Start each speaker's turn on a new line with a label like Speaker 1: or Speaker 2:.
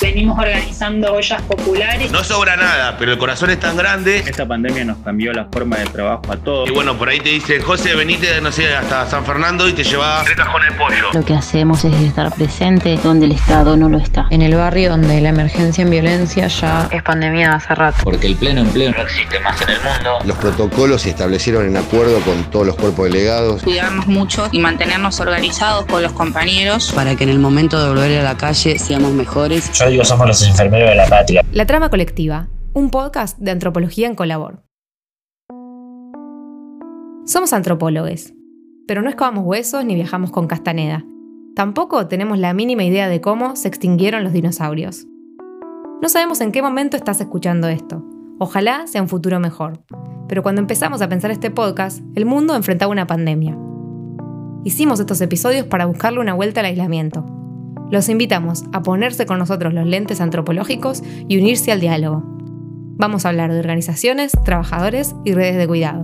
Speaker 1: venimos organizando ollas populares.
Speaker 2: No sobra nada, pero el corazón es tan grande.
Speaker 3: Esta pandemia nos cambió la forma de trabajo a todos.
Speaker 2: Y bueno, por ahí te dicen, José, venite, no sé, hasta San Fernando y te llevas tres cajones de pollo.
Speaker 4: Lo que hacemos es estar presente donde el Estado no lo está.
Speaker 5: En el barrio donde la emergencia en violencia ya es pandemia hace rato.
Speaker 6: Porque el pleno empleo no existe más en el mundo.
Speaker 7: Los protocolos se establecieron en acuerdo con todos los cuerpos delegados.
Speaker 8: Cuidarnos mucho y mantenernos organizados con los compañeros.
Speaker 9: Para que en el momento de volver a la calle seamos mejores.
Speaker 10: Yo digo, somos los enfermeros de la patria.
Speaker 11: La Trama Colectiva, un podcast de antropología en colabor. Somos antropólogos, pero no excavamos huesos ni viajamos con Castaneda. Tampoco tenemos la mínima idea de cómo se extinguieron los dinosaurios. No sabemos en qué momento estás escuchando esto. Ojalá sea un futuro mejor. Pero cuando empezamos a pensar este podcast, el mundo enfrentaba una pandemia. Hicimos estos episodios para buscarle una vuelta al aislamiento. Los invitamos a ponerse con nosotros los lentes antropológicos y unirse al diálogo. Vamos a hablar de organizaciones, trabajadores y redes de cuidado.